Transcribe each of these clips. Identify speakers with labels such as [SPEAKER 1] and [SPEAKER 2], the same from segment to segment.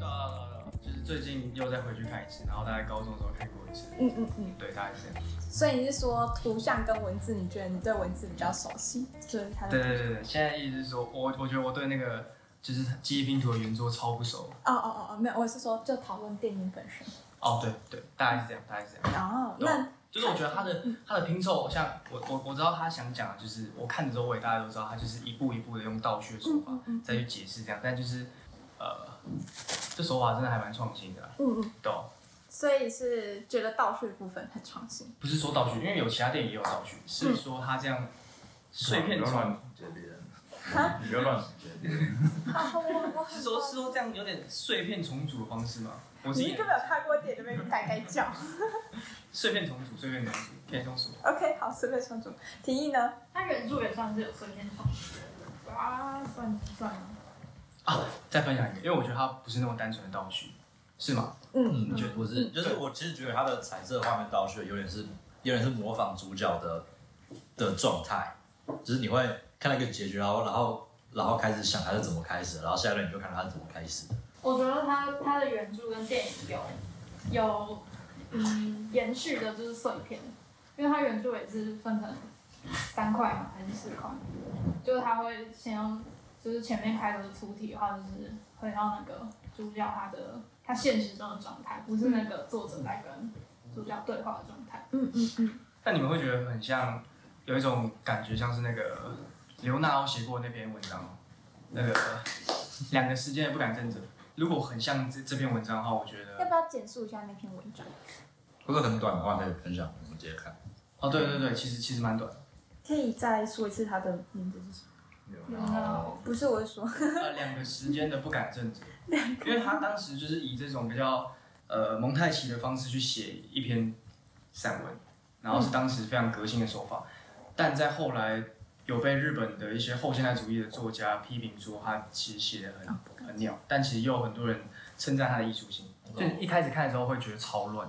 [SPEAKER 1] 啊最近又再回去看一次，然后大概高中的时候看过一次，
[SPEAKER 2] 嗯嗯嗯。
[SPEAKER 1] 对，大概是这样。
[SPEAKER 2] 所以你是说图像跟文字，你觉得你对文字比较熟悉，就是它
[SPEAKER 1] 对
[SPEAKER 2] 的。
[SPEAKER 1] 对对对，现在意思是说我我觉得我对那个就是记忆拼图的原作超不熟。
[SPEAKER 2] 哦哦哦哦，没有，我是说就讨论电影本身。
[SPEAKER 1] 哦，对对，大概是这样，大概是这样。
[SPEAKER 2] 哦，
[SPEAKER 1] 对
[SPEAKER 2] 那
[SPEAKER 1] 就是我觉得他的他的拼凑，像我我我知道他想讲的就是，我看的时候我也大家都知道，他就是一步一步的用倒叙的手法
[SPEAKER 2] 嗯嗯嗯
[SPEAKER 1] 再去解释这样，但就是呃，这手法真的还蛮创新的啊、
[SPEAKER 2] 嗯嗯，
[SPEAKER 1] 对哦、
[SPEAKER 2] 所以是觉得倒叙部分很创新。
[SPEAKER 1] 不是说倒叙，因为有其他电影也有倒叙，是说他这样碎
[SPEAKER 3] 啊
[SPEAKER 1] 片
[SPEAKER 4] 嗯不要
[SPEAKER 1] 从，
[SPEAKER 4] 乱指责别人，
[SPEAKER 2] 哈
[SPEAKER 4] 你不要乱指责别人。
[SPEAKER 2] 啊，我 我
[SPEAKER 1] 是 说是说这样有点碎片重组的方式吗？我自
[SPEAKER 2] 你
[SPEAKER 1] 己
[SPEAKER 2] 是不是有看过电影就被改改叫
[SPEAKER 1] 碎片重组，碎片重组，可以用什么？
[SPEAKER 2] ？OK，好，随便说主。提议呢？
[SPEAKER 5] 它原著也算是有瞬间创新的，啊，算算了。
[SPEAKER 1] 再分享一个，因为我觉得它不是那么单纯的倒叙，是吗？
[SPEAKER 2] 嗯，
[SPEAKER 3] 嗯，就我是就是我其实觉得他的彩色画面倒叙有点是有点是模仿主角的的状态，就是你会看到一个结局，然后然后然后开始想他是怎么开始的，然后下一轮你就看到他是怎么开始的。
[SPEAKER 5] 我觉得它它的原著跟电影有有嗯延续的就是碎片，因为它原著也是分成三块嘛还是四块，就是它会先用就是前面开头的粗体的话，就是回到那个主角他的他现实中的状态，不是那个作者在跟主角对话的状态。
[SPEAKER 2] 嗯嗯嗯，
[SPEAKER 1] 但你们会觉得很像，有一种感觉像是那个刘娜欧写过那篇文章吗，那个两个时间也不敢争着。如果很像这这篇文章的话，我觉
[SPEAKER 2] 要
[SPEAKER 1] 得
[SPEAKER 2] 不要简述一下那篇文章？
[SPEAKER 4] 或者很短的话可以分享，我们直接看。
[SPEAKER 1] 哦，对对对，其实其实蛮短的，
[SPEAKER 2] 可以再说一次它的名字是什么？
[SPEAKER 3] 啊
[SPEAKER 5] 然
[SPEAKER 4] 哦
[SPEAKER 5] 后
[SPEAKER 2] 不是我是说，
[SPEAKER 1] 呃，两个时间的不敢正着，因为他当时就是以这种比较呃蒙太奇的方式去写一篇散文，然后是当时非常革新的手法，但在后来有被日本的一些后现代主义的作家批评说他其实写的很很鸟，但其实也有很多人称赞他的艺术性，就一开始看的时候会觉得超乱，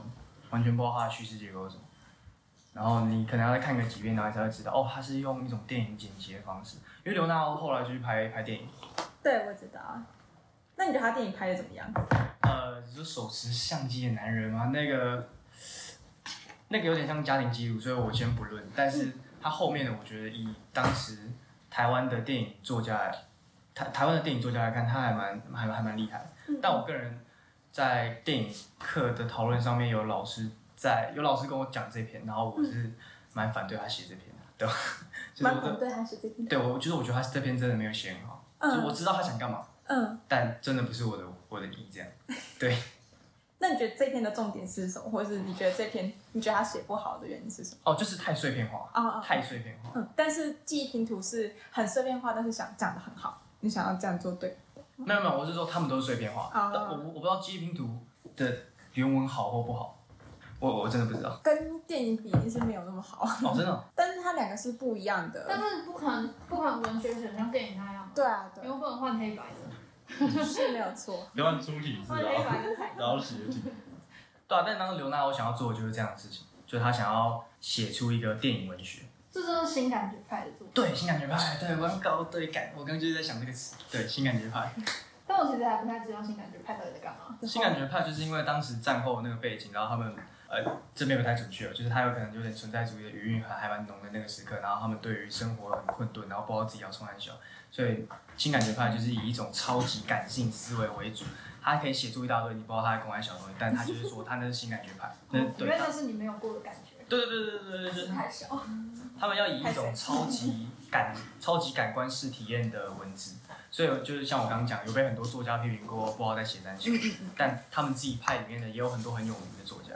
[SPEAKER 1] 完全不知道他的叙事结构是什么。然后你可能要再看个几遍，然后才会知道哦，他是用一种电影剪辑的方式。因为刘娜欧后来就去拍拍电影，
[SPEAKER 2] 对我知道啊。那你觉得他电影拍的怎么样？
[SPEAKER 1] 呃，你说手持相机的男人吗？那个，那个有点像家庭记录，所以我先不论。但是他后面的，我觉得以当时台湾的电影作家，台台湾的电影作家来看，他还蛮还还蛮厉害。但我个人在电影课的讨论上面，有老师在，有老师跟我讲这篇，然后我是蛮反对他写这篇的，对吧？ 就是
[SPEAKER 2] 蛮
[SPEAKER 1] 我
[SPEAKER 2] 反
[SPEAKER 1] 的，
[SPEAKER 2] 对还是这篇？
[SPEAKER 1] 对我就是我觉得他这篇真的没有写很好，就是我
[SPEAKER 2] 嗯
[SPEAKER 1] 知道他想干嘛，
[SPEAKER 2] 嗯，
[SPEAKER 1] 但真的不是我的我的意这样。
[SPEAKER 2] 那你觉得这篇的重点是什么？或者是你觉得这篇你觉得他写不好的原因是什么？
[SPEAKER 1] 哦，就是太碎片化，
[SPEAKER 2] 啊啊啊
[SPEAKER 1] 太碎片化。
[SPEAKER 2] 嗯，但是记忆拼图是很碎片化，但是想讲的很好，你想要这样做对。
[SPEAKER 1] 没有没有，我是说他们都是碎片化。
[SPEAKER 2] 啊
[SPEAKER 1] 但我我不知道记忆拼图的原文好或不好，我我真的不知道。
[SPEAKER 2] 跟电影比一定是没有那么好，
[SPEAKER 1] 哦，真的哦，
[SPEAKER 2] 但是它两个是不一样
[SPEAKER 5] 但
[SPEAKER 2] 的。
[SPEAKER 5] 是不可能不可能文学写像电影那样，
[SPEAKER 2] 嗯对啊，
[SPEAKER 5] 因为
[SPEAKER 2] 对，
[SPEAKER 5] 不能换黑白的，
[SPEAKER 2] 是没有错。
[SPEAKER 4] 不要乱出体字
[SPEAKER 5] 换黑
[SPEAKER 4] 啊，
[SPEAKER 5] 白跟彩色。
[SPEAKER 4] 然后写体。
[SPEAKER 1] 对啊。但当时刘娜我想要做的就是这样的事情，就是他想要写出一个电影文学。
[SPEAKER 5] 这就是新感觉派的作品。
[SPEAKER 1] 对，新感觉派，对，我要搞对感，我刚刚就是在想这个词，对，新感觉派。
[SPEAKER 5] 但我其实还不太知道新感觉派到底在干嘛。
[SPEAKER 1] 新感觉派就是因为当时战后那个背景，然后他们呃这边不太准确，就是他有可能有点存在主义的余韵还还蛮浓的那个时刻，然后他们对于生活很困顿，然后不知道自己要冲哪小，所以新感觉派就是以一种超级感性思维为主，他可以写出一大堆你不知道他在公安小东西，但他就是说他那是新感觉派，那
[SPEAKER 5] 哦嗯因
[SPEAKER 1] 对
[SPEAKER 5] 为
[SPEAKER 1] 他
[SPEAKER 5] 那是你没有过的感觉，
[SPEAKER 1] 对对对对对对，就是
[SPEAKER 5] 太 少。
[SPEAKER 1] 他们要以一种超级感、 超级感官式体验的文字，所以就是像我刚刚讲，有被很多作家批评过，不知道在写三小，但他们自己派里面的也有很多很有名的作家，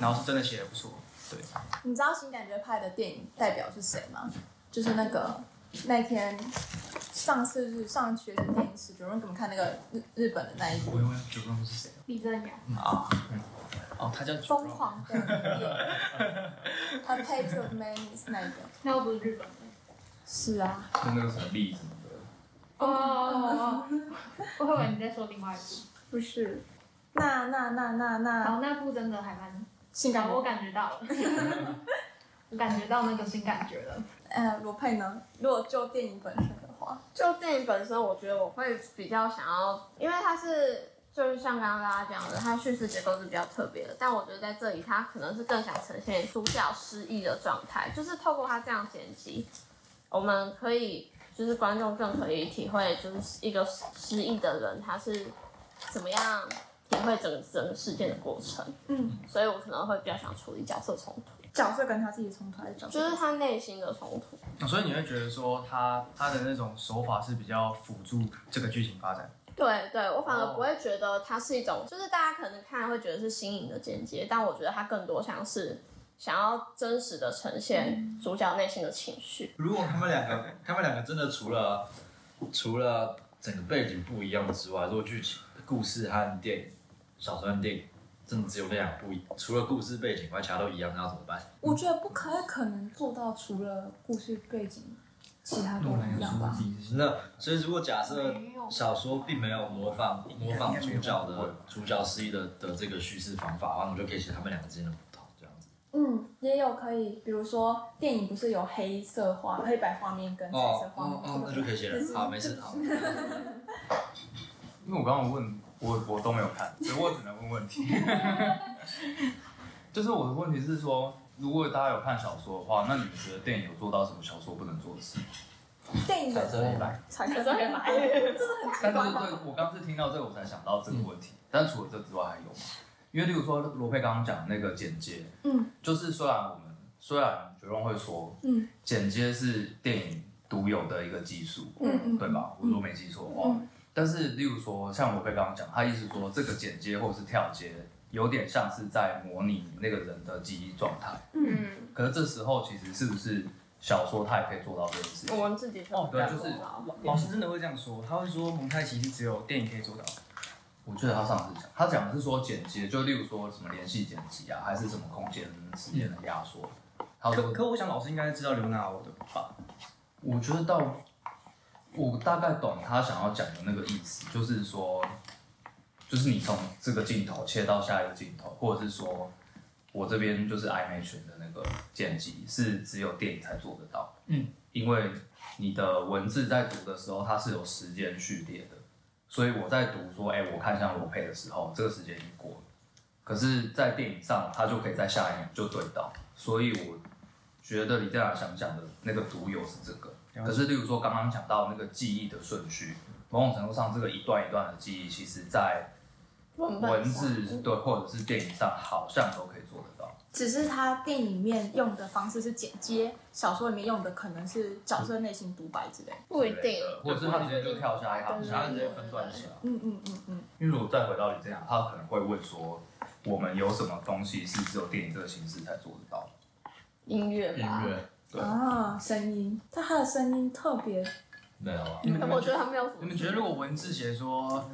[SPEAKER 1] 然后是真的写的不错。对，
[SPEAKER 2] 你知道新感觉派的电影代表是谁吗？就是那个那天上次日上学的电影史主任给我们看那个日日本的那一部
[SPEAKER 1] 我永远不知道是谁
[SPEAKER 5] 李正雅，
[SPEAKER 1] 啊？嗯哦，他叫
[SPEAKER 2] 《
[SPEAKER 1] 九
[SPEAKER 2] 疯
[SPEAKER 1] 龙。
[SPEAKER 2] 狂的夜》，A Page of Madness 那一个。
[SPEAKER 5] 那又不是日本的。
[SPEAKER 2] 是啊，
[SPEAKER 4] 就那个什么力什么的，
[SPEAKER 5] 哦，我以为你在说另外一部。
[SPEAKER 2] 不是。那那那那那
[SPEAKER 5] 好，那部真的还蛮……
[SPEAKER 2] 性感
[SPEAKER 5] 好我
[SPEAKER 2] 觉，
[SPEAKER 5] 感觉到了， 我感觉到那个新感觉了。
[SPEAKER 2] 呃，罗佩呢？如果就电影本身的话，
[SPEAKER 6] 就电影本身，我觉得我会比较想要，因为它是。就是像刚刚大家讲的，它叙事结构是比较特别的，但我觉得在这里，它可能是更想呈现主角失忆的状态，就是透过它这样剪辑，我们可以就是观众更可以体会，就是一个失失忆的人他是怎么样体会整个整个事件的过程。
[SPEAKER 2] 嗯，
[SPEAKER 6] 所以我可能会比较想处理角色冲突，
[SPEAKER 2] 角色跟他自己冲突还是角色？
[SPEAKER 6] 就是他内心的冲突。
[SPEAKER 1] 哦
[SPEAKER 7] 所以你会觉得说他他的那种手法是比较辅助这个剧情发展。
[SPEAKER 6] 对对，我反而
[SPEAKER 7] 哦
[SPEAKER 6] 不会觉得它是一种，就是大家可能看会觉得是新颖的剪接，但我觉得它更多像是想要真实的呈现主角内心的情绪。
[SPEAKER 3] 如果他们两个， 他们两个真的除了除了整个背景不一样之外，如果剧情、故事和电影、小说和电影真的只有那两部，除了故事背景以外，其他都一样，那要怎么办？
[SPEAKER 2] 我觉得不可可能做到除了故事背景，其他都一样吧。
[SPEAKER 3] 那所以如果假设
[SPEAKER 5] 没有
[SPEAKER 3] 小说并没有模仿模仿主角的主角失忆的的这个叙事方法，然后我们就可以写他们两个之间的不同这样子。
[SPEAKER 2] 嗯，也有可以，比如说电影不是有黑色画、黑白画面跟彩色
[SPEAKER 3] 哦
[SPEAKER 2] 画
[SPEAKER 3] 哦
[SPEAKER 2] 面？
[SPEAKER 3] 哦，那就可以写了。好，没事，好。
[SPEAKER 1] 因为我刚刚问我我都没有看，所以我只能问问题。 就是我的问题是说，如果大家有看小说的话，那你们觉得电影有做到什么小说不能做的事？
[SPEAKER 2] 电影有
[SPEAKER 3] 色黑白，
[SPEAKER 2] 彩
[SPEAKER 6] 可
[SPEAKER 2] 色
[SPEAKER 6] 是
[SPEAKER 2] 画
[SPEAKER 6] 很
[SPEAKER 2] 面
[SPEAKER 6] 难，
[SPEAKER 1] 但是对我刚是听到这个，我才想到这个问题。
[SPEAKER 2] 嗯
[SPEAKER 1] 但除了这之外还有吗？因为例如说罗佩刚刚讲的那个简介，
[SPEAKER 2] 嗯，
[SPEAKER 1] 就是虽然我们虽然觉荣会说，
[SPEAKER 2] 嗯，
[SPEAKER 1] 剪接是电影独有的一个技术，
[SPEAKER 2] 嗯嗯
[SPEAKER 1] 对吧？我如果没记错的话，但是例如说像罗佩刚刚讲，他意思说这个剪接或者是跳接，有点像是在模拟那个人的记忆状态。
[SPEAKER 6] 嗯，
[SPEAKER 1] 可是这时候其实是不是小说它也可以做到这件事情？
[SPEAKER 6] 嗯我们自己说
[SPEAKER 7] 哦
[SPEAKER 6] 不
[SPEAKER 7] 对
[SPEAKER 6] 要
[SPEAKER 7] 就是
[SPEAKER 6] 做到
[SPEAKER 7] 老师真的会这样说，他会说蒙太奇是只有电影可以做到。
[SPEAKER 1] 我记得他上次讲，他讲的是说剪接，就例如说什么联系剪辑啊，还是什么空间时间的压缩。他
[SPEAKER 7] 可
[SPEAKER 1] 说，
[SPEAKER 7] 可我想老师应该知道刘娜欧的吧？
[SPEAKER 1] 我觉得到我大概懂他想要讲的那个意思，就是说，就是你从这个镜头切到下一个镜头，或者是说我这边就是 iMac 的那个剪辑是只有电影才做得到，
[SPEAKER 7] 嗯，
[SPEAKER 1] 因为你的文字在读的时候它是有时间序列的，所以我在读说，哎、我看向罗佩的时候，这个时间已经过了，可是，在电影上它就可以在下一秒就对到，所以我觉得李在阳想讲的那个独有是这个。
[SPEAKER 7] 了解
[SPEAKER 1] 可是，例如说刚刚讲到那个记忆的顺序，某种程度上，这个一段一段的记忆，其实在
[SPEAKER 6] 文本
[SPEAKER 1] 文
[SPEAKER 6] 上
[SPEAKER 1] 字对或者是电影上好像都可以做得到。
[SPEAKER 2] 只是他电影里面用的方式是剪接，小说里面用的可能是角色内心独白之类的。
[SPEAKER 6] 不一定，
[SPEAKER 1] 或者是他直接就跳下一行，
[SPEAKER 6] 对
[SPEAKER 1] 然后直接分段写。
[SPEAKER 2] 嗯嗯嗯嗯，
[SPEAKER 1] 因为如果再回到你这样，他可能会问说，我们有什么东西是只有电影这个形式才做得到？
[SPEAKER 6] 音乐
[SPEAKER 3] 音
[SPEAKER 6] 吧。
[SPEAKER 3] 乐
[SPEAKER 1] 对
[SPEAKER 2] 啊，声音，但他的声音特别，
[SPEAKER 3] 没有啊？
[SPEAKER 7] 你们你
[SPEAKER 6] 但我
[SPEAKER 7] 们
[SPEAKER 6] 觉得他没有什么。
[SPEAKER 7] 你们觉得如果文字写说，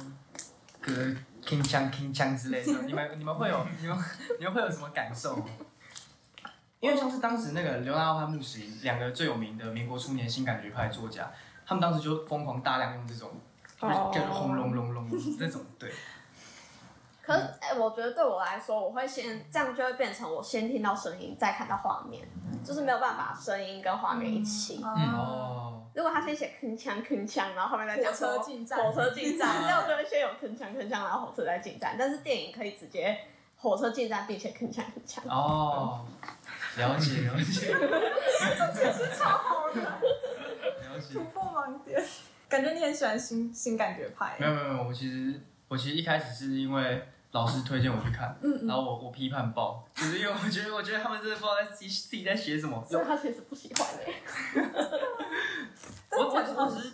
[SPEAKER 7] 可能 king 枪 king 枪之类的，你们你们会有你们你们会有什么感受吗？因为像是当时那个刘娜欧和穆斯林两个最有名的民国初年新感觉派作家，他们当时就疯狂大量用这种，就是
[SPEAKER 6] 哦
[SPEAKER 7] 就是轰隆隆隆那种，对，
[SPEAKER 6] 可是，哎、我觉得对我来说，我会先这样就会变成我先听到声音，再看到画面，就是没有办法声音跟画面一起。
[SPEAKER 2] 啊，
[SPEAKER 7] 嗯哦，
[SPEAKER 6] 如果他先写铿锵铿锵，然后后面再
[SPEAKER 2] 火
[SPEAKER 6] 讲什
[SPEAKER 2] 车
[SPEAKER 6] 么
[SPEAKER 2] 进站，
[SPEAKER 6] 火车进站，这样就会先有铿锵铿锵，然后火车再进站。但是电影可以直接火车进站，并且铿锵铿锵。
[SPEAKER 7] 哦，了解了解了解
[SPEAKER 2] 突。破盲点，感觉你很喜欢新新感觉派
[SPEAKER 7] 没，有没有没有，我其实我其实一开始是因为老师推荐我去看，
[SPEAKER 2] 嗯
[SPEAKER 7] 然
[SPEAKER 2] 嗯，
[SPEAKER 7] 后我我批判爆，就是因为我觉得我觉得他们真的不知道在自己自己在写什么。
[SPEAKER 6] 所
[SPEAKER 2] 啊
[SPEAKER 6] 以他其实不喜欢
[SPEAKER 5] 欸
[SPEAKER 6] 你。
[SPEAKER 7] 我我只我只是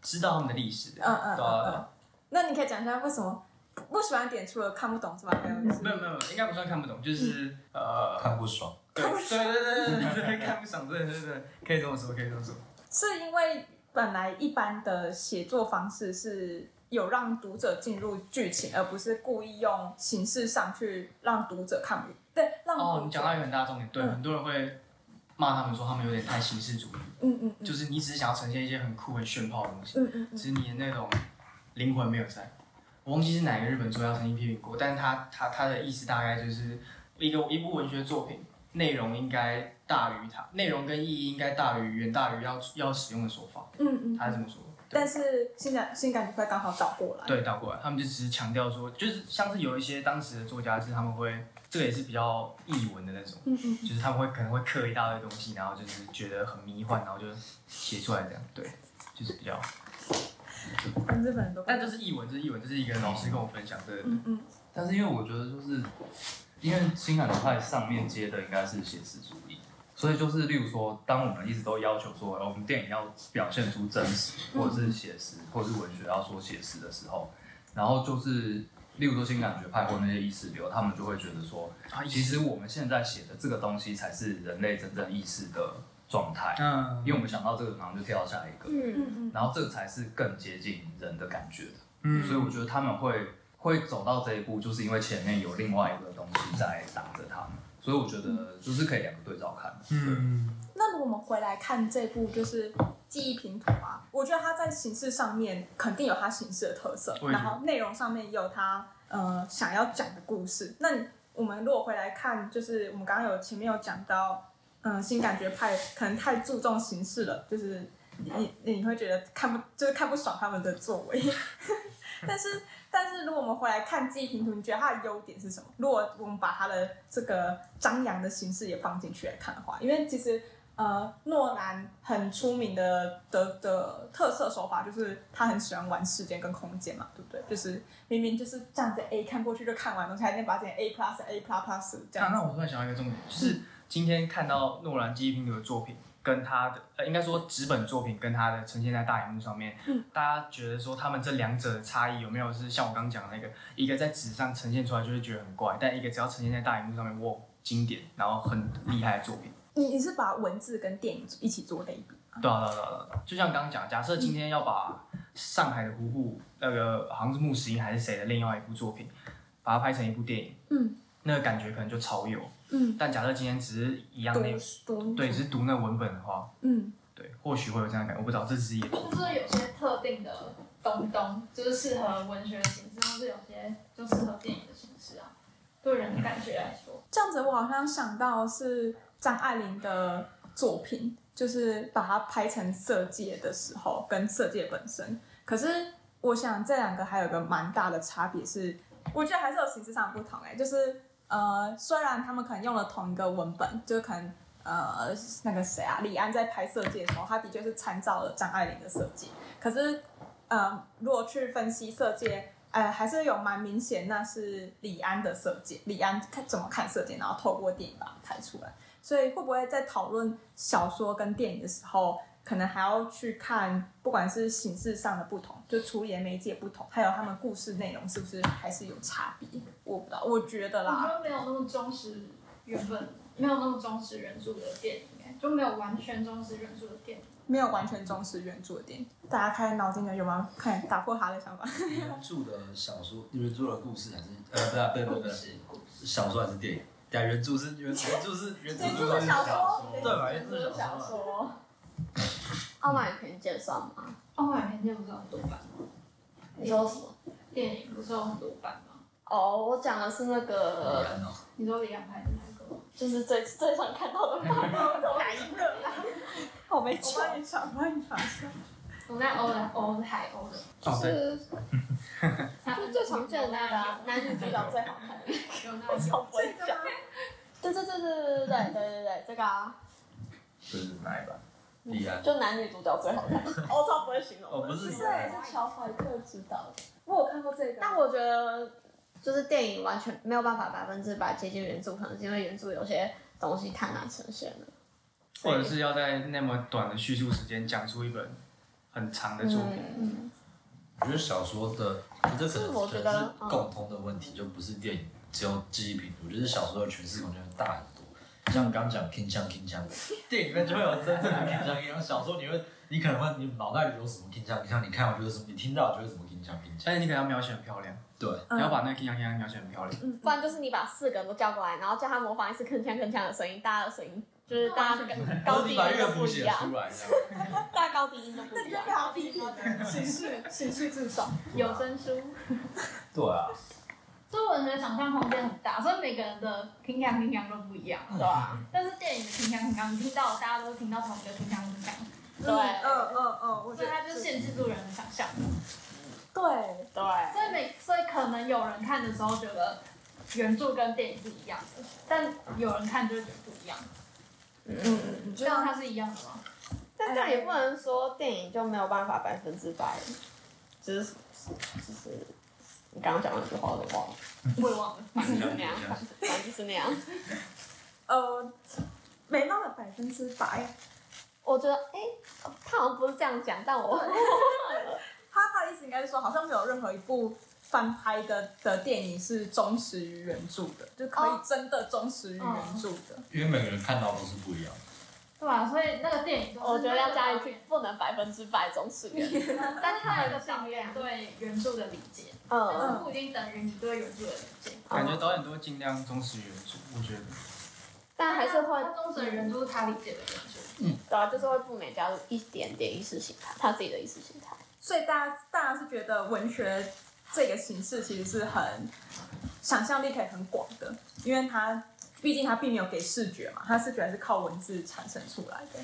[SPEAKER 7] 知道他们的历史，
[SPEAKER 2] 嗯嗯
[SPEAKER 7] 对啊对
[SPEAKER 2] 嗯
[SPEAKER 7] 啊，
[SPEAKER 2] 那你可以讲一下为什么不喜欢点除了看不懂之外，还有就是
[SPEAKER 7] 没有没有，没有应该不算看不懂，就是
[SPEAKER 2] 嗯
[SPEAKER 7] 呃，
[SPEAKER 3] 看不爽。
[SPEAKER 7] 对对对对对对，看不懂，对对对，可以这么说，可以这么说。
[SPEAKER 2] 是因为本来一般的写作方式是有让读者进入剧情，而不是故意用形式上去让读者看不对，让读者
[SPEAKER 7] 哦，你讲到一个很大的重点，对，
[SPEAKER 2] 嗯
[SPEAKER 7] 很多人会骂他们说他们有点太形式主义，
[SPEAKER 2] 嗯嗯嗯，
[SPEAKER 7] 就是你只是想要呈现一些很酷很炫炮的东西，
[SPEAKER 2] 嗯嗯嗯
[SPEAKER 7] 其实你的那种灵魂没有在。我忘记是哪个日本作家曾经批评过，但是他他他的意思大概就是一个一部文学作品内容应该大于它，内容跟意义应该大于远大于要要使用的手法。
[SPEAKER 2] 嗯嗯，
[SPEAKER 7] 他是这么说的，
[SPEAKER 2] 但是性感性感就快刚好倒过来，
[SPEAKER 7] 对，倒过来，他们就只是强调说，就是像是有一些当时的作家是他们会，这个也是比较译文的那种，
[SPEAKER 2] 嗯
[SPEAKER 7] 就是他们会可能会刻一大堆东西，然后就是觉得很迷幻，然后就写出来这样，对，就是比较，
[SPEAKER 2] 跟日本人都不一
[SPEAKER 7] 但
[SPEAKER 2] 样，
[SPEAKER 7] 这是译文，这是译文，这是一个老师跟我分享的，
[SPEAKER 2] 嗯嗯，
[SPEAKER 1] 但是因为我觉得就是，因为新感流派上面接的应该是写实主义，所以就是例如说，当我们一直都要求说，呃我们电影要表现出真实，或者是写实，或者是文学要说写实的时候，然后就是例如说新感觉派或那些意识流，他们就会觉得说，
[SPEAKER 7] 啊，
[SPEAKER 1] 其实我们现在写的这个东西才是人类真正意识的状态，
[SPEAKER 7] 嗯
[SPEAKER 1] 因为我们想到这个，然后就跳到下一个，
[SPEAKER 6] 嗯，
[SPEAKER 1] 然后这才是更接近人的感觉的。
[SPEAKER 7] 嗯
[SPEAKER 1] 所以我觉得他们会会走到这一步，就是因为前面有另外一个东西在挡着他们，所以我觉得就是可以两个对照看。
[SPEAKER 7] 嗯，
[SPEAKER 2] 那如果我们回来看这部就是《记忆拼图》啊，我觉得它在形式上面肯定有它形式的特色，
[SPEAKER 7] 我也觉
[SPEAKER 2] 然
[SPEAKER 7] 得
[SPEAKER 2] 后内容上面也有它呃想要讲的故事。那你我们如果回来看，就是我们刚刚有前面有讲到，嗯、新感觉派可能太注重形式了，就是你你你会觉得看不就是看不爽他们的作为。 但是但是如果我们回来看《记忆拼图》，你觉得它的优点是什么？如果我们把它的这个张扬的形式也放进去来看的话，因为其实呃，诺兰很出名的的的特色手法就是他很喜欢玩时间跟空间嘛，对不对？就是明明就是这样子 A 看过去就看完东西，还能把这些 A plus A plus plus 这
[SPEAKER 7] 啊
[SPEAKER 2] 样
[SPEAKER 7] 那
[SPEAKER 2] 子。
[SPEAKER 7] 那我突然想到一个重点，就是今天看到诺兰记忆拼图的作品。跟他的呃，应该说纸本作品跟他的呈现在大荧幕上面，
[SPEAKER 2] 嗯
[SPEAKER 7] 大家觉得说他们这两者的差异有没有是像我刚讲的那个，一个在纸上呈现出来就会觉得很怪，但一个只要呈现在大荧幕上面，哇，经典，然后很厉害的作品。
[SPEAKER 2] 你你是把文字跟电影一起做类比，
[SPEAKER 7] 对啊，对啊，对啊，对啊对啊就像刚刚讲，假设今天要把上海的胡胡那个好像是穆石英还是谁的另外一部作品，把它拍成一部电影，
[SPEAKER 2] 嗯，
[SPEAKER 7] 那个感觉可能就超有。
[SPEAKER 2] 嗯，
[SPEAKER 7] 但假设今天只是一样
[SPEAKER 2] 读
[SPEAKER 7] 内
[SPEAKER 2] 读
[SPEAKER 7] 对，只是读那文本的话，
[SPEAKER 2] 嗯，
[SPEAKER 7] 对，或许会有这样的感觉，我不知道，这只是一个
[SPEAKER 5] 就是有些特定的东东，就是适合文学的形式，或是有些就适合电影的形式啊。对人的感觉来说，
[SPEAKER 2] 这样子我好像想到是张爱玲的作品，就是把它拍成色戒的时候跟色戒本身。可是我想这两个还有个蛮大的差别是，我觉得还是有形式上的不同哎、就是呃，虽然他们可能用了同一个文本，就是可能呃那个谁啊，李安在拍色戒的时候，他的确是参照了张爱玲的色戒，可是呃，如果去分析色戒。呃，还是有蛮明显，那是李安的设计，李安看怎么看设计，然后透过电影把它拍出来。所以会不会在讨论小说跟电影的时候，可能还要去看，不管是形式上的不同，就处理的媒介不同，还有他们故事内容是不是还是有差别？我不知道，我觉得
[SPEAKER 5] 我觉
[SPEAKER 2] 啦，
[SPEAKER 5] 得没有那么忠实原本，没有那么忠实原著的电影、欸，就没有完全忠实原著的电影。
[SPEAKER 2] 没有完全忠实原著的电影。大家开脑筋的有吗？快打破他的想法。
[SPEAKER 4] 原著的小说，原著的故事还是呃，不对啊不对不
[SPEAKER 5] 故
[SPEAKER 4] 对不对，
[SPEAKER 5] 事，故事，
[SPEAKER 4] 小说还是电影？对啊，原著是原原著是原著
[SPEAKER 2] 原著是小说，
[SPEAKER 4] 对吧？原
[SPEAKER 5] 原
[SPEAKER 4] 著
[SPEAKER 5] 著
[SPEAKER 4] 是
[SPEAKER 5] 是
[SPEAKER 4] 小
[SPEAKER 5] 小
[SPEAKER 4] 说嘛。
[SPEAKER 5] 说。
[SPEAKER 6] 傲慢与偏见算吗？
[SPEAKER 5] 哦，我偏见不是很多版，
[SPEAKER 6] 你说什么？
[SPEAKER 5] 电影不是有很多版吗？
[SPEAKER 6] 哦，我讲的是那
[SPEAKER 4] 果
[SPEAKER 6] 个，
[SPEAKER 4] 然哦
[SPEAKER 5] 你说李安拍的那个吗？
[SPEAKER 6] 就是最最常看到的吧？哪一个啊？
[SPEAKER 2] 我没我帮你想，我帮你想。
[SPEAKER 5] 我在哦欧的欧海欧的，
[SPEAKER 6] 就是
[SPEAKER 5] 他
[SPEAKER 6] 就是最常见的那个啊男女主角最好看的，
[SPEAKER 5] 有那个
[SPEAKER 6] 我超不会讲。对对对对对对对对对对，这个啊，
[SPEAKER 4] 这是哪一版？李安。
[SPEAKER 6] 就男女主角最好 看，我超不会形容的。
[SPEAKER 4] 哦，不是
[SPEAKER 2] 是
[SPEAKER 4] 李安。
[SPEAKER 2] 是乔怀特执导的，我有看过这个。
[SPEAKER 6] 但我觉得就是电影完全没有办法百分之百接近原著，可能是因为原著有些东西太难呈现了。
[SPEAKER 7] 或者是要在那么短的叙述时间讲出一本很长的作品。
[SPEAKER 6] 嗯，
[SPEAKER 4] 我觉得小说的，这可能
[SPEAKER 6] 我
[SPEAKER 4] 可
[SPEAKER 6] 觉
[SPEAKER 4] 能是
[SPEAKER 6] 得嗯
[SPEAKER 4] 共通的问题，就不是电影只有记忆品我觉得小说的诠释空间大很多。像我刚刚讲 king 枪 king 枪，电影里面就会有真正的 king 枪 king 枪，小说你会，你可能会你脑袋里有什么 king 枪 king 枪，你看我就是什么，你听到就是什么 king 枪 king 枪。
[SPEAKER 7] 但是你可能要描写很漂亮，
[SPEAKER 4] 对，
[SPEAKER 7] 你要把那个 king 描写很漂亮。
[SPEAKER 6] 嗯不然就是你把四个人都叫过来，然后叫他模仿一次铿锵铿锵的声音，大家的声音就是大家的 高
[SPEAKER 4] 都
[SPEAKER 6] 低
[SPEAKER 4] 是
[SPEAKER 6] 音
[SPEAKER 4] 把乐
[SPEAKER 6] 都
[SPEAKER 4] 谱
[SPEAKER 6] 不一
[SPEAKER 4] 写
[SPEAKER 6] 样，
[SPEAKER 4] 出来这样。
[SPEAKER 6] 大家高低音都不
[SPEAKER 2] 那
[SPEAKER 6] 一
[SPEAKER 2] 你就
[SPEAKER 6] 样
[SPEAKER 2] 被。他批评了，形式形式至上。
[SPEAKER 5] 有声书，
[SPEAKER 4] 对啊，
[SPEAKER 5] 所以文学想象空间很大，所以每个人的听感听感都不一样。
[SPEAKER 6] 对啊，
[SPEAKER 4] 嗯
[SPEAKER 5] 但是电影的听感听感，你听到的大家都是听到同一个听感听感，
[SPEAKER 6] 对
[SPEAKER 2] 嗯嗯嗯，我觉
[SPEAKER 5] 所以
[SPEAKER 2] 得
[SPEAKER 5] 它就限制住人的想象。
[SPEAKER 2] 对，
[SPEAKER 6] 对，
[SPEAKER 5] 所以每所以可能有人看的时候觉得原著跟电影是一样的，但有人看就觉得不一样。
[SPEAKER 6] 嗯，
[SPEAKER 5] 你觉得它是一样的吗？
[SPEAKER 6] 但这样也不能说电影就没有办法百分之百，就是就是你刚刚讲那句话我都 忘了，
[SPEAKER 5] 我也忘了。
[SPEAKER 6] 反正就是那样，反正就是那样。
[SPEAKER 2] 呃，没到百分之百，
[SPEAKER 6] 我觉得，哎、他好像不是这样讲，但 我
[SPEAKER 2] 他他的意思应该是说，好像没有任何一部翻拍的的电影是忠实于原著的，就可以
[SPEAKER 6] 哦
[SPEAKER 2] 真的忠实于原著的。
[SPEAKER 4] 因为每个人看到都是不一样的。
[SPEAKER 5] 对吧？所以那个电影，
[SPEAKER 6] 我觉得要加一句，，不能百分之百总是原著。
[SPEAKER 5] 但是它有一个导演对原著的理解，但
[SPEAKER 6] 嗯，
[SPEAKER 5] 是不一定等于你对原著的理解。
[SPEAKER 7] 感觉导演都尽量忠实原著，我觉得
[SPEAKER 6] 但还是会
[SPEAKER 5] 他，忠实的原著是他理解的原著，
[SPEAKER 6] 对啊，就是会不免加入一点点意识形态，他自己的意识形态。
[SPEAKER 2] 所以大家大家是觉得文学这个形式其实是很想象力可以很广的，因为它毕竟它并没有给视觉嘛，它视觉还是靠文字产生出来的，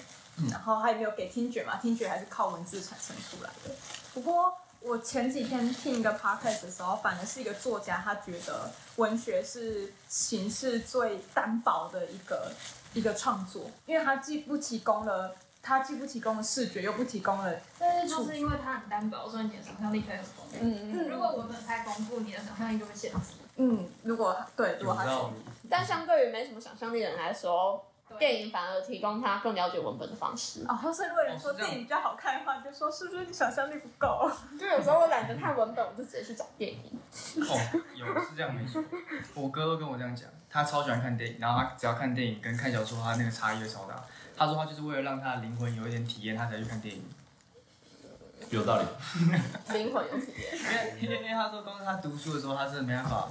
[SPEAKER 2] 然后它也没有给听觉嘛，听觉还是靠文字产生出来的。不过我前几天听一个 podcast 的时候，反而是一个作家，他觉得文学是形式最单薄的一个一个创作，因为它既不提供了。它既不提供了视觉，又不提供了
[SPEAKER 5] 但是就是因为它很单薄，所以你的想象力可以很丰富。
[SPEAKER 6] 嗯，
[SPEAKER 5] 如果文本太丰富，你的想象力就会限制。
[SPEAKER 2] 嗯，如果对，如果他
[SPEAKER 7] 有道
[SPEAKER 2] 是
[SPEAKER 7] 理。
[SPEAKER 6] 但相对于没什么想象力的人来说，
[SPEAKER 5] 对
[SPEAKER 6] 电影反而提供他更了解文本的方式。
[SPEAKER 2] 哦，所以如果有人
[SPEAKER 7] 哦
[SPEAKER 2] 说
[SPEAKER 7] 是这样
[SPEAKER 2] 电影比较好看的话，你就说是不是你想象力不够？
[SPEAKER 6] 就有时候我懒得看文本，我就直接去找电影。
[SPEAKER 7] 哦，有是这样没错。我哥都跟我这样讲，他超喜欢看电影，然后他只要看电影跟看小说，他那个差异会超大。他说他就是为了让他的灵魂有一点体验，他才去看电影。
[SPEAKER 3] 有道理。
[SPEAKER 6] 灵魂有体验，
[SPEAKER 7] 因为因为因为他说，光是他读书的时候，他真的没办法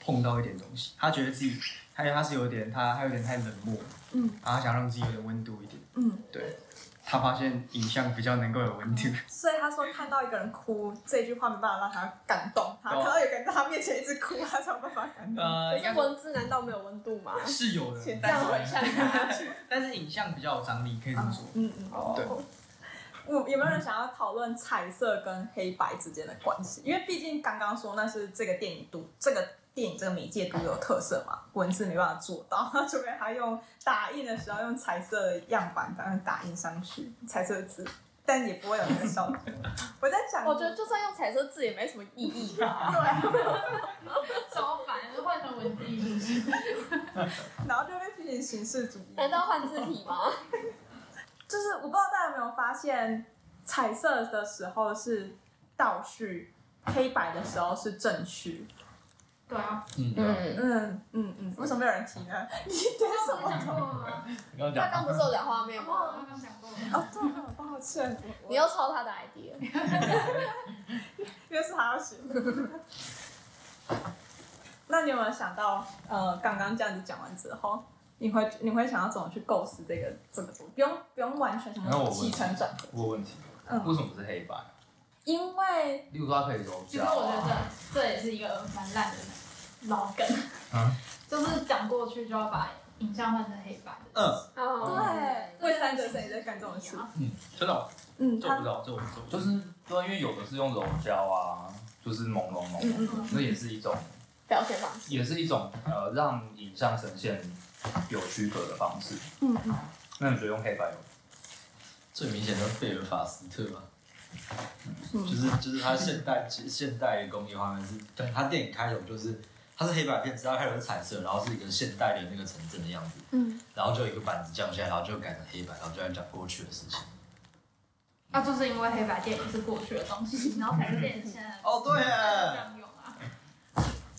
[SPEAKER 7] 碰到一点东西，他觉得自己，还有他是有点他他有点太冷漠，
[SPEAKER 2] 嗯，
[SPEAKER 7] 然后他想让自己有点温度一点，
[SPEAKER 2] 嗯，
[SPEAKER 7] 对。他发现影像比较能够有温度，
[SPEAKER 2] 所以他说看到一个人哭这句话没办法让他感动，他
[SPEAKER 7] 懂
[SPEAKER 2] 看到有个人在他面前一直哭，他才有办法感动。
[SPEAKER 6] 嗯
[SPEAKER 7] 呃，
[SPEAKER 6] 可
[SPEAKER 7] 应该
[SPEAKER 6] 是文字难道没有温度吗？
[SPEAKER 7] 是有 的
[SPEAKER 6] 请，这样回
[SPEAKER 7] 但
[SPEAKER 6] 想啊
[SPEAKER 7] 是
[SPEAKER 6] 一下。
[SPEAKER 7] 但是影像比较有张力，可以这么说。
[SPEAKER 2] 嗯嗯，
[SPEAKER 7] 对
[SPEAKER 2] 我有没有人想要讨论彩色跟黑白之间的关系？因为毕竟刚刚说那是这个电影独这个电影这个媒介独有的特色嘛，文字没办法做到，除非他用打印的时候用彩色的样板当然打印上去彩色的字，但也不会有那个效果。我在想，
[SPEAKER 6] 我觉得就算用彩色字也没什么意义吧。
[SPEAKER 5] 超烦，就换成文字艺术史。
[SPEAKER 2] 然后就被批评形式主义。
[SPEAKER 6] 难道换字体吗？
[SPEAKER 2] 就是我不知道大家有没有发现，彩色的时候是倒叙，黑白的时候是正叙。
[SPEAKER 5] 对啊，
[SPEAKER 6] 嗯，
[SPEAKER 2] 嗯嗯嗯，为什么没有人提 呢？你对什
[SPEAKER 5] 我
[SPEAKER 2] 么？
[SPEAKER 5] 讲过了吗？
[SPEAKER 4] 刚刚
[SPEAKER 6] 他
[SPEAKER 4] 讲
[SPEAKER 6] 刚不是有讲画面
[SPEAKER 5] 我
[SPEAKER 6] 吗？
[SPEAKER 5] 刚刚讲过了。
[SPEAKER 2] 哦，对啊，抱歉，我
[SPEAKER 6] 你又抄他的 idea。
[SPEAKER 2] 因为是他要写。 那你有没有想到，呃，刚刚这样子讲完之后，你会你会想要怎么去构思这个这个不用不用完全什
[SPEAKER 1] 那我
[SPEAKER 2] 么
[SPEAKER 1] 问
[SPEAKER 2] 起承转合，
[SPEAKER 1] 我有问题，
[SPEAKER 2] 嗯
[SPEAKER 1] 为什么不是黑白？
[SPEAKER 2] 因为
[SPEAKER 1] 例如说它可以柔
[SPEAKER 5] 其
[SPEAKER 1] 焦
[SPEAKER 5] 实我觉
[SPEAKER 1] 啊，
[SPEAKER 5] 得这也是一个蛮烂的老梗，
[SPEAKER 1] 嗯
[SPEAKER 5] 就是讲过去就要把影像换成黑白的。
[SPEAKER 7] 嗯，
[SPEAKER 6] 哦，
[SPEAKER 2] 对为三者谁在干这种事？
[SPEAKER 7] 真的哦
[SPEAKER 2] 嗯，
[SPEAKER 7] 做
[SPEAKER 2] 他
[SPEAKER 7] 不到，做不到，就
[SPEAKER 1] 就是是对啊，因为有的是用柔焦啊，就是朦胧朦
[SPEAKER 2] 嗯
[SPEAKER 1] 胧，
[SPEAKER 2] 嗯嗯，
[SPEAKER 1] 那也是一种，
[SPEAKER 6] 表现方式。
[SPEAKER 1] 也是一种呃让影像呈现有区隔的方式。
[SPEAKER 2] 嗯嗯，
[SPEAKER 1] 那你觉得用黑白有？
[SPEAKER 3] 最明显的是贝尔法斯特嘛，
[SPEAKER 2] 嗯
[SPEAKER 3] 就是就是他现代其实现代的工业画面是，对他电影开头就是它是黑白片，直到开头是彩色，然后是一个现代的那个城镇的样子，
[SPEAKER 2] 嗯，
[SPEAKER 3] 然后就有一个板子降下来，然后就改成黑白，然后就在讲过去的事情。
[SPEAKER 5] 那、啊就是因为黑白电影是过去的东西，然后才是电影现在
[SPEAKER 3] 哦，对
[SPEAKER 5] 这
[SPEAKER 3] 耶，
[SPEAKER 5] 样用啊。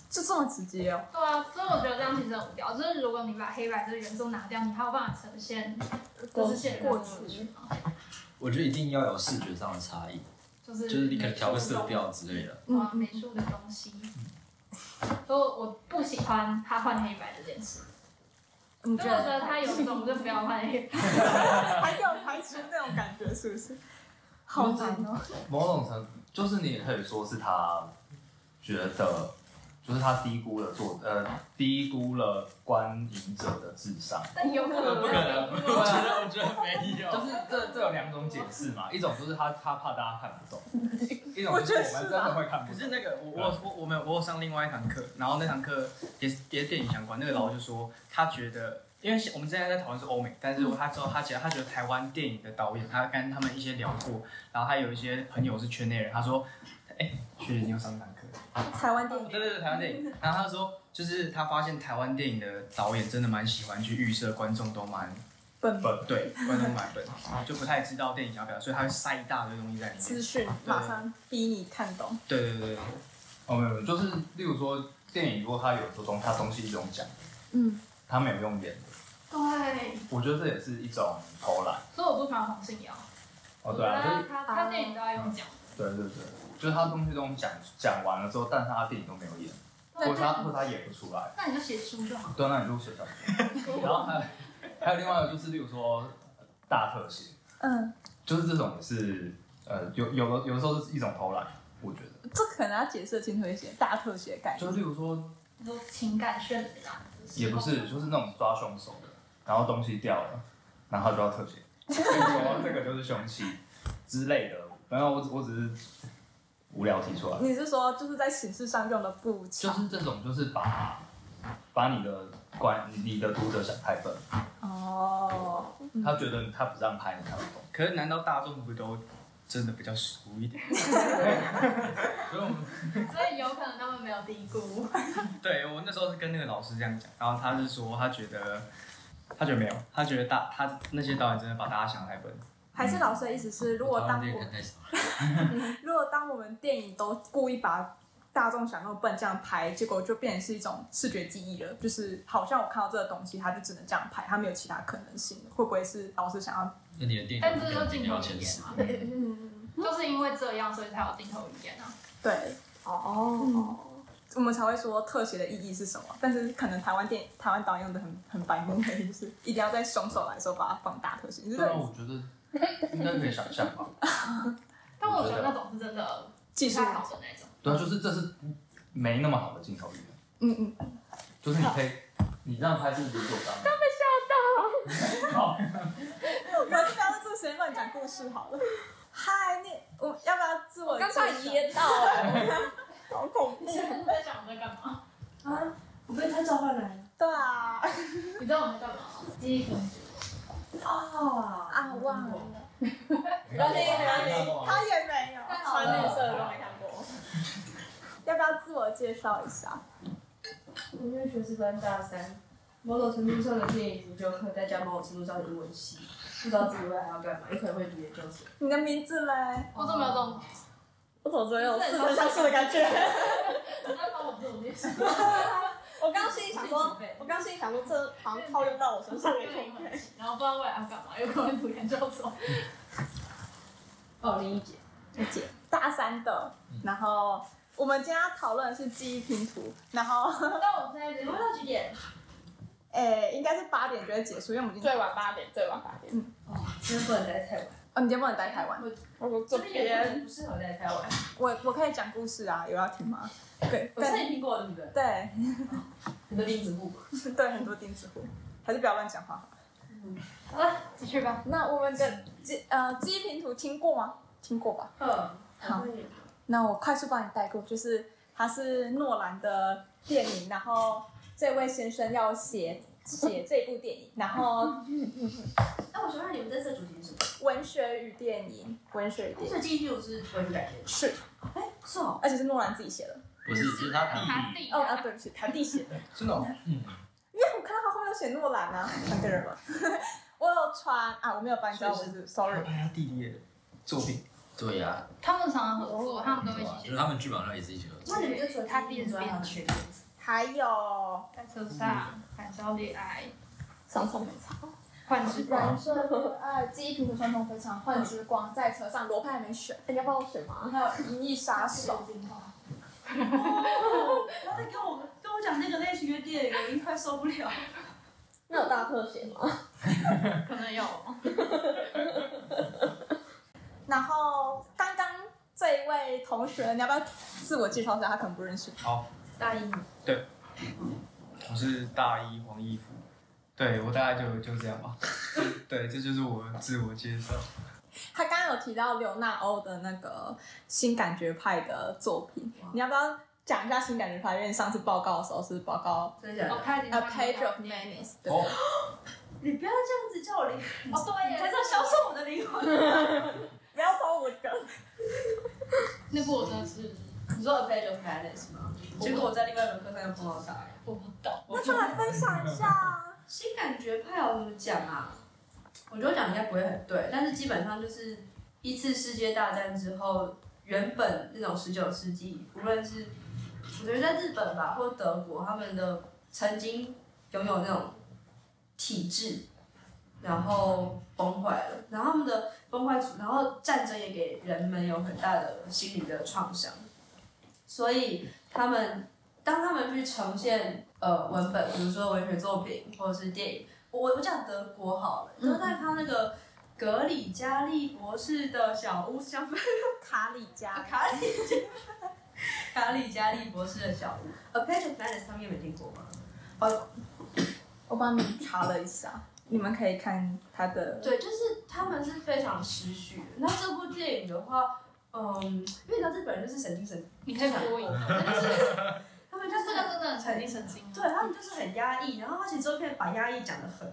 [SPEAKER 2] 就这么直接哦。
[SPEAKER 5] 对啊，所以我觉得这样其实很无聊。就是如果你把黑白这个元素拿掉，你还有办法呈现就是现代的过去吗？
[SPEAKER 3] 我觉得一定要有视觉上的差异，
[SPEAKER 5] 就是
[SPEAKER 3] 就是你可能调个色调之类的。
[SPEAKER 5] 啊，美术的东西。所以我不喜欢他换黑白这件事，
[SPEAKER 2] 你
[SPEAKER 5] 所以我觉得他有种就不要换黑白。
[SPEAKER 2] 还有排除那种感觉是不 是？好难哦。
[SPEAKER 1] 某种程度，就是你也可以说是他觉得就是他低估了作呃低估了观影者的智商。
[SPEAKER 5] 但有可能
[SPEAKER 4] 不可
[SPEAKER 1] 呃
[SPEAKER 4] 能，我
[SPEAKER 5] 有
[SPEAKER 4] 觉得我觉得没有。
[SPEAKER 1] 就是这这有两种解释嘛，一种就是他他怕大家看不懂， 一种
[SPEAKER 2] 我
[SPEAKER 1] 就是
[SPEAKER 2] 觉得
[SPEAKER 1] 我们
[SPEAKER 2] 是
[SPEAKER 1] 真
[SPEAKER 2] 啊
[SPEAKER 1] 的会看不
[SPEAKER 7] 可
[SPEAKER 1] 懂。
[SPEAKER 7] 是那个我我我我们我有上另外一堂课，然后那堂课也是也是电影相关，那个老师就说他觉得，因为我们之前在讨论是欧美，但是他知道他觉得他觉得台湾电影的导演，他跟他们一些聊过，然后他有一些朋友是圈内人，他说，哎、学姐你有上那堂课？
[SPEAKER 2] 台湾电影
[SPEAKER 7] 对对对，台湾电影。然后他说，就是他发现台湾电影的导演真的蛮喜欢去预设观众都蛮
[SPEAKER 2] 本
[SPEAKER 7] 对，观众蛮笨，就不太知道电影想要表达，所以他会塞一大堆东西在里
[SPEAKER 2] 资
[SPEAKER 7] 面。
[SPEAKER 2] 讯马上逼你看懂，
[SPEAKER 7] 对对对对，
[SPEAKER 1] 哦，没有，没有就是例如说电影，如果它有时候东它东西是用讲的，
[SPEAKER 2] 嗯，
[SPEAKER 1] 它没有用演的，
[SPEAKER 5] 对，
[SPEAKER 1] 我觉得这也是一种偷懒。
[SPEAKER 5] 所以我不喜欢黄信尧，
[SPEAKER 1] 哦，对啊，就是
[SPEAKER 5] 他他电影都要用讲，
[SPEAKER 1] 对对对，就是他东西都讲讲完了之后，但是他电影都没有演，
[SPEAKER 5] 对
[SPEAKER 1] 或者他或者他演不出来，
[SPEAKER 5] 那你就写书就好。
[SPEAKER 1] 对啊，那你就写小说。然后还有还有另外一个就是，例如说大特写，
[SPEAKER 2] 嗯，
[SPEAKER 1] 就是这种也是呃有有的有的时候是一种偷懒，我觉得。
[SPEAKER 2] 这可能要解释清楚一些，大特写概念，
[SPEAKER 1] 就例如说
[SPEAKER 5] 你说情感啊渲染，
[SPEAKER 1] 也不是，就是那种抓凶手的，然后东西掉了，然后就要特写， 所以说这个就是凶器之类的。然后我我只是无聊提出来，
[SPEAKER 2] 你是说就是在形式上用的不
[SPEAKER 1] 就
[SPEAKER 2] 巧
[SPEAKER 1] 是这种就是把把你的观你的读者想太笨，
[SPEAKER 2] 哦，
[SPEAKER 1] 他觉得他不让拍你看不懂。
[SPEAKER 7] 可是难道大众不都真的比较熟一点？
[SPEAKER 4] 所以我们
[SPEAKER 5] 所以有可能他们没有低估。
[SPEAKER 7] 对我那时候是跟那个老师这样讲，然后他是说他觉得他觉得没有，他觉得大他那些导演真的把大家想的太笨。
[SPEAKER 2] 还是老师的意思是，如果当我
[SPEAKER 4] 看太少，
[SPEAKER 2] 如果当我们电影都故意把大众想用笨这样拍，结果就变成是一种视觉记忆了，就是好像我看到这个东西，它就只能这样拍，它没有其他可能性了。会不会是老师想要？
[SPEAKER 4] 那你的电
[SPEAKER 5] 但
[SPEAKER 4] 影
[SPEAKER 5] 这
[SPEAKER 4] 就
[SPEAKER 5] 就
[SPEAKER 4] 进
[SPEAKER 5] 镜
[SPEAKER 4] 不
[SPEAKER 5] 头
[SPEAKER 4] 了
[SPEAKER 5] 语
[SPEAKER 4] 前
[SPEAKER 5] 言
[SPEAKER 4] 十。
[SPEAKER 5] 嘛，
[SPEAKER 6] 嗯，
[SPEAKER 5] 就是因为这样，所以才有镜头语言啊。
[SPEAKER 2] 对，
[SPEAKER 6] 哦，
[SPEAKER 2] 我们才会说特写的意义是什么。但是可能台湾电台湾导演用的很很白目，就是一定要在凶手来的时候把它放大特写。你是
[SPEAKER 1] 对啊，
[SPEAKER 2] 对
[SPEAKER 1] 我觉得应该可以想象吧。
[SPEAKER 5] 但我觉得那种是真的
[SPEAKER 2] 技
[SPEAKER 5] 不
[SPEAKER 2] 术
[SPEAKER 5] 太，好的那种。
[SPEAKER 1] 对啊，就是这是没那么好的镜头语言，
[SPEAKER 2] 嗯嗯，
[SPEAKER 1] 就是你可以你这样拍是理所当然。
[SPEAKER 2] 我是不要在这个时间乱讲故事好了。嗨，你我要不要自我？
[SPEAKER 6] 刚差点，噎到 了，
[SPEAKER 2] 好恐怖
[SPEAKER 5] 你现在在想我在干嘛？
[SPEAKER 8] 啊，我被他召唤来了。
[SPEAKER 2] 对啊，
[SPEAKER 5] 你知道我们在干嘛吗？记忆停止。
[SPEAKER 8] 哦，
[SPEAKER 6] 啊，忘了。
[SPEAKER 4] 然后那个
[SPEAKER 2] 他也没有。
[SPEAKER 6] 穿绿色的都没看过。
[SPEAKER 2] 要不要自我介绍一下？
[SPEAKER 8] 我因为学士班大三，某种程度上的电影研究课，再加某种程度上的英文系，不知道自己未来要干嘛，有可能会读研究所。
[SPEAKER 2] 你的名字嘞？
[SPEAKER 5] 我怎么有这种？
[SPEAKER 6] 我怎么觉得有似曾
[SPEAKER 2] 相识的感觉。
[SPEAKER 5] 你在帮我自我介绍？
[SPEAKER 6] 我刚心里想说
[SPEAKER 8] 自己准备，
[SPEAKER 6] 我刚心里想说，这好像套用到我身上也
[SPEAKER 5] 对然后不知道未来要干嘛，有可能读研究所。
[SPEAKER 8] 哦，林一姐，
[SPEAKER 2] 姐，大三的，然后我们今天要讨论的是记忆拼图，然后
[SPEAKER 8] 哦
[SPEAKER 5] 但我现在只会到几点？
[SPEAKER 2] 诶、应该是八点就会结束，因为我们已经
[SPEAKER 6] 最晚八点，最晚八点。
[SPEAKER 5] 哦
[SPEAKER 8] 今天不能待太晚，
[SPEAKER 2] 哦，你今天不能待台湾，
[SPEAKER 6] 我这边
[SPEAKER 8] 不适合待太晚。
[SPEAKER 2] 我我可以讲故事啊，有要听吗？对，
[SPEAKER 8] 我
[SPEAKER 2] 但
[SPEAKER 8] 是你听过对不对？
[SPEAKER 2] 对
[SPEAKER 8] 你的钉子户，
[SPEAKER 2] 对，很多钉子户，还是不要乱讲话好了。
[SPEAKER 5] 好了，
[SPEAKER 8] 啊
[SPEAKER 5] 继续吧。
[SPEAKER 2] 那我们的记呃记忆拼图听过吗？听过吧？
[SPEAKER 8] 嗯，
[SPEAKER 2] 好那我快速帮你带过，就是它是诺兰的电影，然后这位先生要写写这部电影，然后
[SPEAKER 8] 那我想问你们这次的主题是什么？
[SPEAKER 2] 文学与电影，文学与电影
[SPEAKER 8] 这记忆我是文学改编的，
[SPEAKER 2] 是，
[SPEAKER 8] 是哦。
[SPEAKER 2] 而且是诺兰自己写的。
[SPEAKER 4] 不是，就是他弟
[SPEAKER 5] 他
[SPEAKER 4] 弟。
[SPEAKER 5] 弟
[SPEAKER 2] 哦啊，对不起，他弟写的，
[SPEAKER 7] 真的、哦？
[SPEAKER 2] 因为我看到他后面有写诺兰啊，两个人嘛。 我有传啊，我没有帮你知道我是
[SPEAKER 7] 他
[SPEAKER 2] sorry。
[SPEAKER 7] 拍他弟弟的作品，
[SPEAKER 4] 对
[SPEAKER 3] 啊
[SPEAKER 4] 呀，
[SPEAKER 5] 他们常常合作，他们都会一
[SPEAKER 4] 对啊
[SPEAKER 5] 起
[SPEAKER 4] 就是他们剧本上也是一起合作。
[SPEAKER 8] 那你们就除了
[SPEAKER 5] 他弟是编
[SPEAKER 8] 曲，
[SPEAKER 2] 还有
[SPEAKER 5] 在车上谈笑恋爱，
[SPEAKER 6] 上错没差。
[SPEAKER 5] 换纸
[SPEAKER 2] 燃烧的爱、记忆拼图、传统非常、幻之光、在车上、罗派还没选，
[SPEAKER 6] 你要帮我选吗？
[SPEAKER 2] 还有银翼杀手。
[SPEAKER 8] 哦，他在跟我跟我讲那个类型的电影，我已经快受不了。
[SPEAKER 6] 那有大特写吗？
[SPEAKER 5] 可能有。
[SPEAKER 2] 然后刚刚这一位同学，你要不要自我介绍一下？他可能不认识。
[SPEAKER 7] 好，
[SPEAKER 8] 大一
[SPEAKER 5] 哦
[SPEAKER 8] 吗
[SPEAKER 7] 我是大一黄义夫，对我大概就就这样吧。 对，这就是我的自我介绍。
[SPEAKER 2] 他刚刚有提到刘娜欧的那个新感觉派的作品，你要不要讲一下新感觉派？因为你上次报告的时候是报告
[SPEAKER 8] 真的假
[SPEAKER 5] 哦，
[SPEAKER 8] 的？
[SPEAKER 5] 他已经
[SPEAKER 2] A Page of Madness，对不对
[SPEAKER 4] 哦，
[SPEAKER 8] 你不要这样子叫我灵，
[SPEAKER 5] 哦，对耶，
[SPEAKER 8] 你在这销售我的灵魂。
[SPEAKER 2] 不要偷我的梗。
[SPEAKER 5] 那部我真的是
[SPEAKER 8] 你说 A Page of Madness 吗？结果我在另外一门课上又碰到他。
[SPEAKER 5] 我不懂。
[SPEAKER 2] 那就来分享一下啊。
[SPEAKER 8] 新感觉派我怎么讲啊？我觉得我讲应该不会很对，但是基本上就是一次世界大战之后，原本那种十九世纪，无论是我觉得在日本吧，或德国，他们的曾经拥有那种体制，然后崩坏了，然后他们的崩坏，然后战争也给人们有很大的心理的创伤，所以他们当他们去呈现呃文本，比如说文学作品或者是电影，我我讲德国好了，就在他那个格里加利博士的小屋相
[SPEAKER 2] 卡里
[SPEAKER 8] 啊
[SPEAKER 2] 加，
[SPEAKER 8] 卡里加卡里加利博士的小屋，呃《Page of Madness》他们有没有听过吗？
[SPEAKER 2] 我帮你查了一下，你们可以看他的。
[SPEAKER 8] 对，就是他们是非常失序的。那这部电影的话，嗯，因为你知道日本人就是神经神，
[SPEAKER 5] 你可以播 一下，但是
[SPEAKER 8] 他们就
[SPEAKER 5] 就是这个真的很神经神经。
[SPEAKER 8] 对他们就是很压抑，然后他其实这片把压抑讲得很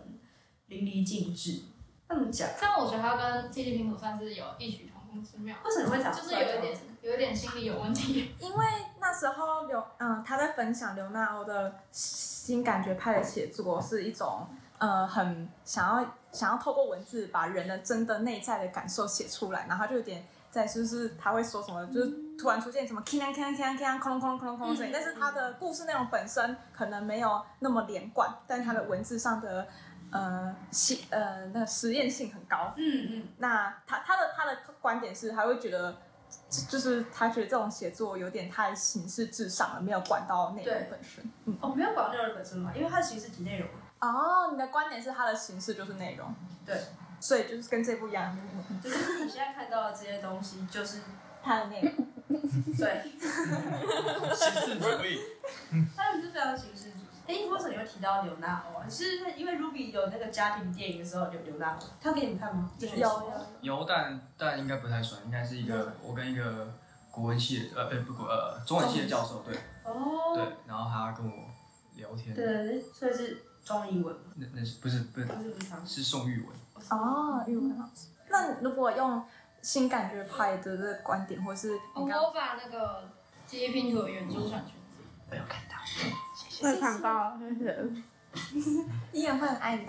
[SPEAKER 8] 淋漓尽致。那怎么讲？
[SPEAKER 5] 但我觉得他跟《戏剧拼图》算是有异曲同工之妙，
[SPEAKER 8] 为什么会讲？
[SPEAKER 5] 就是有一点有一点心理有问题。
[SPEAKER 2] 因为那时候刘嗯，他在分享刘娜欧的新感觉派的写作是一种呃很想要想要透过文字把人的真的内在的感受写出来，然后他就有点在就是他会说什么，就是突然出现什么 k i n g k i n g k i n g k i n g 空空空空空声音，但是他的故事内容本身可能没有那么连贯，但是他的文字上的呃写呃那个实验性很高，
[SPEAKER 8] 嗯嗯，
[SPEAKER 2] 那他他的他的观点是，他会觉得，就是他觉得这种写作有点太形式至上了，没有管到内容
[SPEAKER 8] 对
[SPEAKER 2] 本身。
[SPEAKER 8] 哦，没有广内容本身嘛，因为它其实是集内容。
[SPEAKER 2] 哦，你的观点是他的形式就是内容，
[SPEAKER 8] 对，
[SPEAKER 2] 所以就是跟这部一样，
[SPEAKER 8] 对， 就是你现在看到的这些东西，就是
[SPEAKER 2] 他的内容。
[SPEAKER 8] 对，
[SPEAKER 3] 形式主义，
[SPEAKER 8] 他们是非常形式主义。哎，为什么你会提到刘娜欧啊？是因为因为 Ruby 有那个家庭电影的时候有刘娜欧，他给你们看吗？
[SPEAKER 2] 有
[SPEAKER 7] 有，但但应该不太算，应该是一个我跟一个国文系的呃呃不国呃中文系的教授对
[SPEAKER 8] 哦，
[SPEAKER 7] 对，然后他跟我聊天，
[SPEAKER 8] 对，所以是中英文嘛，
[SPEAKER 7] 那那是不是不是
[SPEAKER 8] 不是不是常识。
[SPEAKER 7] 是宋玉文？
[SPEAKER 2] 哦，语文老师。那如果用新感觉派的这个观点，或是你刚
[SPEAKER 6] 哦
[SPEAKER 5] 我把那个《记忆拼图》的原著传全集，
[SPEAKER 6] 没想到，
[SPEAKER 2] 依然会很爱你。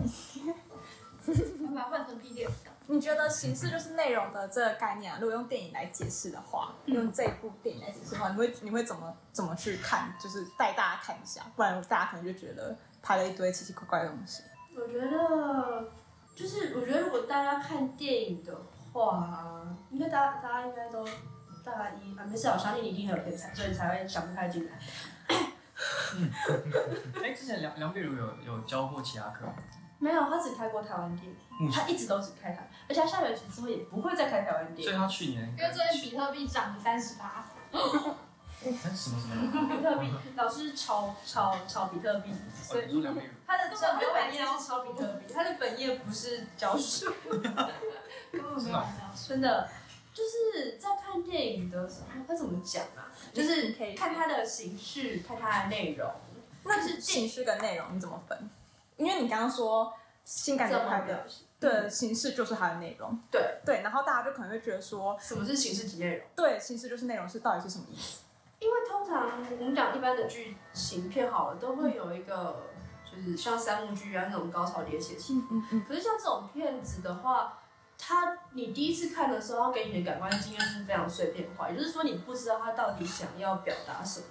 [SPEAKER 5] 我把它换成 PDF 档。
[SPEAKER 2] 你觉得形式就是内容的这个概念、啊，如果用电影来解释的话，用这部电影来解释的话，你会你会怎么怎么去看？就是带大家看一下，不然大家可能就觉得拍了一堆奇奇怪怪的东西。
[SPEAKER 8] 我觉得就是，我觉得如果大家看电影的话，应该大大家应该都大一啊，没事啊，我相信你一定很有天才，所以你才会想不开进来。
[SPEAKER 7] 哎，之前梁梁碧如有有教过其他课吗，
[SPEAKER 8] 没有，他只开过台湾电影，他一直都只开台，而且他下学期之后也不会再开台湾电
[SPEAKER 7] 所以
[SPEAKER 8] 影。
[SPEAKER 7] 他去年
[SPEAKER 5] 因为最近比特币涨了三十八，
[SPEAKER 7] 哎什么什么，
[SPEAKER 8] 比特币老师炒炒炒比特币，所
[SPEAKER 7] 哦
[SPEAKER 8] 以
[SPEAKER 7] 你说梁碧如，
[SPEAKER 8] 他的正他本业是炒比特币，他的本业不是教书。
[SPEAKER 5] 根本没有玩到。
[SPEAKER 8] 真的就是在看电影的时候，他怎么讲啊？就是
[SPEAKER 2] 可以
[SPEAKER 8] 看它的形式，看它的内容。
[SPEAKER 2] 那是形式跟内容你怎么分？因为你刚刚说性感
[SPEAKER 8] 怎
[SPEAKER 2] 觉
[SPEAKER 8] 么
[SPEAKER 2] 拍
[SPEAKER 8] 表
[SPEAKER 2] 的
[SPEAKER 8] 现？
[SPEAKER 2] 对形式就是它的内容，
[SPEAKER 8] 对
[SPEAKER 2] 对，然后大家就可能会觉得说，
[SPEAKER 8] 什么是形式及内容？
[SPEAKER 2] 对，形式就是内容是到底是什么意思？
[SPEAKER 8] 因为通常我们讲一般的剧情片好了，都会有一个就是像三幕剧啊那种高潮迭起的情
[SPEAKER 2] 嗯嗯，
[SPEAKER 8] 可是像这种片子的话，它你第一次看的时候，它给你的感官经验是非常碎片化，也就是说你不知道它到底想要表达什么。
[SPEAKER 2] 嗯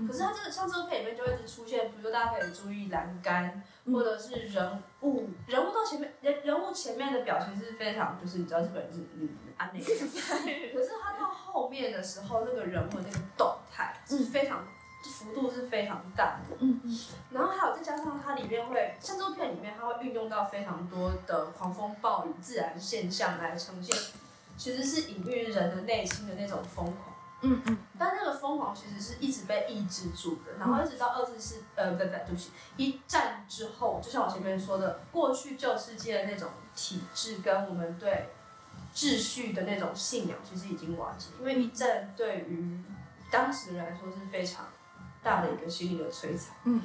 [SPEAKER 2] 嗯
[SPEAKER 8] 可是它这个像这部片里面就会一直出现，比如说大家可以注意栏杆，
[SPEAKER 2] 嗯
[SPEAKER 8] 或者是人物，人物到前面人人物前面的表情是非常，就是你知道日本人是嗯安那个。可是他到后面的时候，那个人物的那个动态是非常、幅度是非常大的。
[SPEAKER 2] 嗯嗯，
[SPEAKER 8] 然后还有再加上它里面会，像这部片里面，它会运用到非常多的狂风暴雨、自然现象来呈现，其实是隐喻人的内心的那种疯狂。
[SPEAKER 2] 嗯嗯，
[SPEAKER 8] 但那个疯狂其实是一直被抑制住的，然后一直到二次世，呃，不对不对，对不起，一战之后，就像我前面说的，过去旧世界的那种体制跟我们对秩序的那种信仰，其实已经瓦解，因为一
[SPEAKER 2] 嗯
[SPEAKER 8] 战对于当时人来说是非常大的一个心理的摧残。
[SPEAKER 2] 嗯，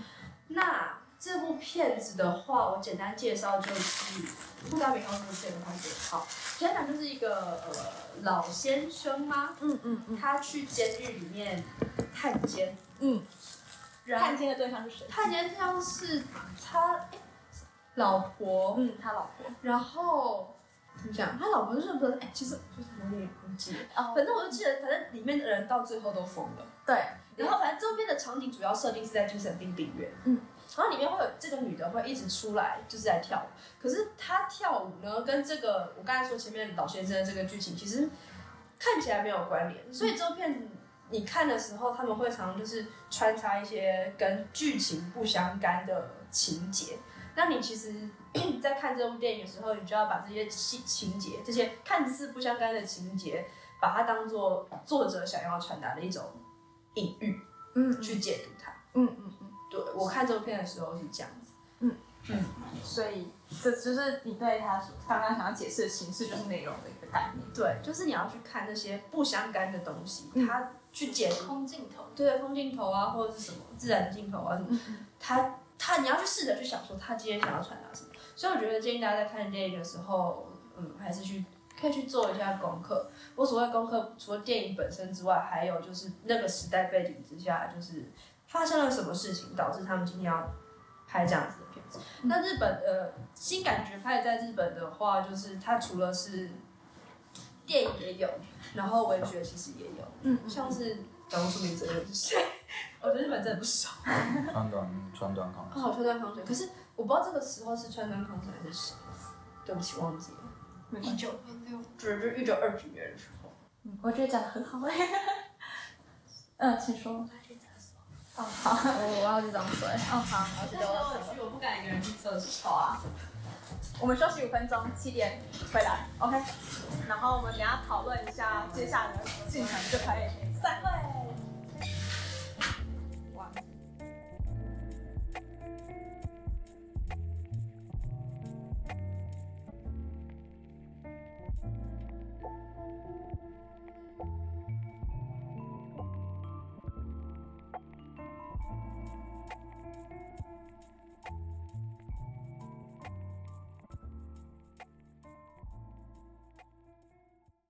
[SPEAKER 8] 那这部片子的话，我简单介绍就是不敢比方说这个环节好，简单讲就是一个呃老先生吗？
[SPEAKER 2] 嗯嗯嗯
[SPEAKER 8] 他去监狱里面探监，
[SPEAKER 2] 嗯，
[SPEAKER 8] 然
[SPEAKER 5] 监的对象是谁？
[SPEAKER 8] 探监像是他、诶老婆，
[SPEAKER 2] 嗯
[SPEAKER 8] 他老婆，然后怎么讲？他老婆就是说，哎、其实就是我也不记得，
[SPEAKER 6] 哦
[SPEAKER 8] 反正我就记得，反正里面的人到最后都疯了。
[SPEAKER 6] 对，
[SPEAKER 8] 然后反正周边的场景主要设定是在精神病病院，
[SPEAKER 2] 嗯，
[SPEAKER 8] 然后里面会有这个女的会一直出来，就是在跳舞。可是她跳舞呢，跟这个我刚才说前面老先生的这个剧情其实看起来没有关联，所以
[SPEAKER 2] 嗯
[SPEAKER 8] 这部片你看的时候，他们会常常就是穿插一些跟剧情不相干的情节。那你其实 在看这部电影的时候，你就要把这些情情节、这些看似不相干的情节，把它当做作者想要传达的一种隐喻。
[SPEAKER 2] 嗯嗯
[SPEAKER 8] 去解读它。
[SPEAKER 2] 嗯嗯嗯，
[SPEAKER 8] 对我看这部片的时候是这样子，
[SPEAKER 2] 所以这就是你对他所刚刚想要解释的形式就是内容的一个概念。
[SPEAKER 8] 对，就是你要去看那些不相干的东西，
[SPEAKER 2] 嗯
[SPEAKER 8] 它去解读，
[SPEAKER 5] 空镜头。
[SPEAKER 8] 对，风镜头啊，或者是什么自然镜头啊，什么，它它你要去试着去想说他今天想要传达什么。所以我觉得建议大家在看电影的时候，嗯，还是去。可以去做一下功课。我所谓功课，除了电影本身之外，还有就是那个时代背景之下，就是发生了什么事情导致他们今天要拍这样子的片子。那日本呃新感觉派在日本的话，就是它除了是电影也有，然后文学其实也有，
[SPEAKER 2] 嗯
[SPEAKER 8] 像是讲不出名字的人是谁，我对日本真的不熟。
[SPEAKER 1] 穿短穿短款，
[SPEAKER 8] 哦，川端康成，可是我不知道这个时候是川端康成还是谁，对不起忘记了，
[SPEAKER 2] 没
[SPEAKER 8] 一
[SPEAKER 2] 关系
[SPEAKER 8] 九对，就是一九二几年的时候。
[SPEAKER 2] 嗯我觉得讲的很好哎。嗯，请说。哦，好，
[SPEAKER 6] 我我要去装水。
[SPEAKER 2] 哦，好，
[SPEAKER 5] 但是我去，我不敢一个人去厕所啊。
[SPEAKER 2] 我们休息五分钟，七点回来，OK。然后我们等一下讨论一下接下来的进程就可以。散会。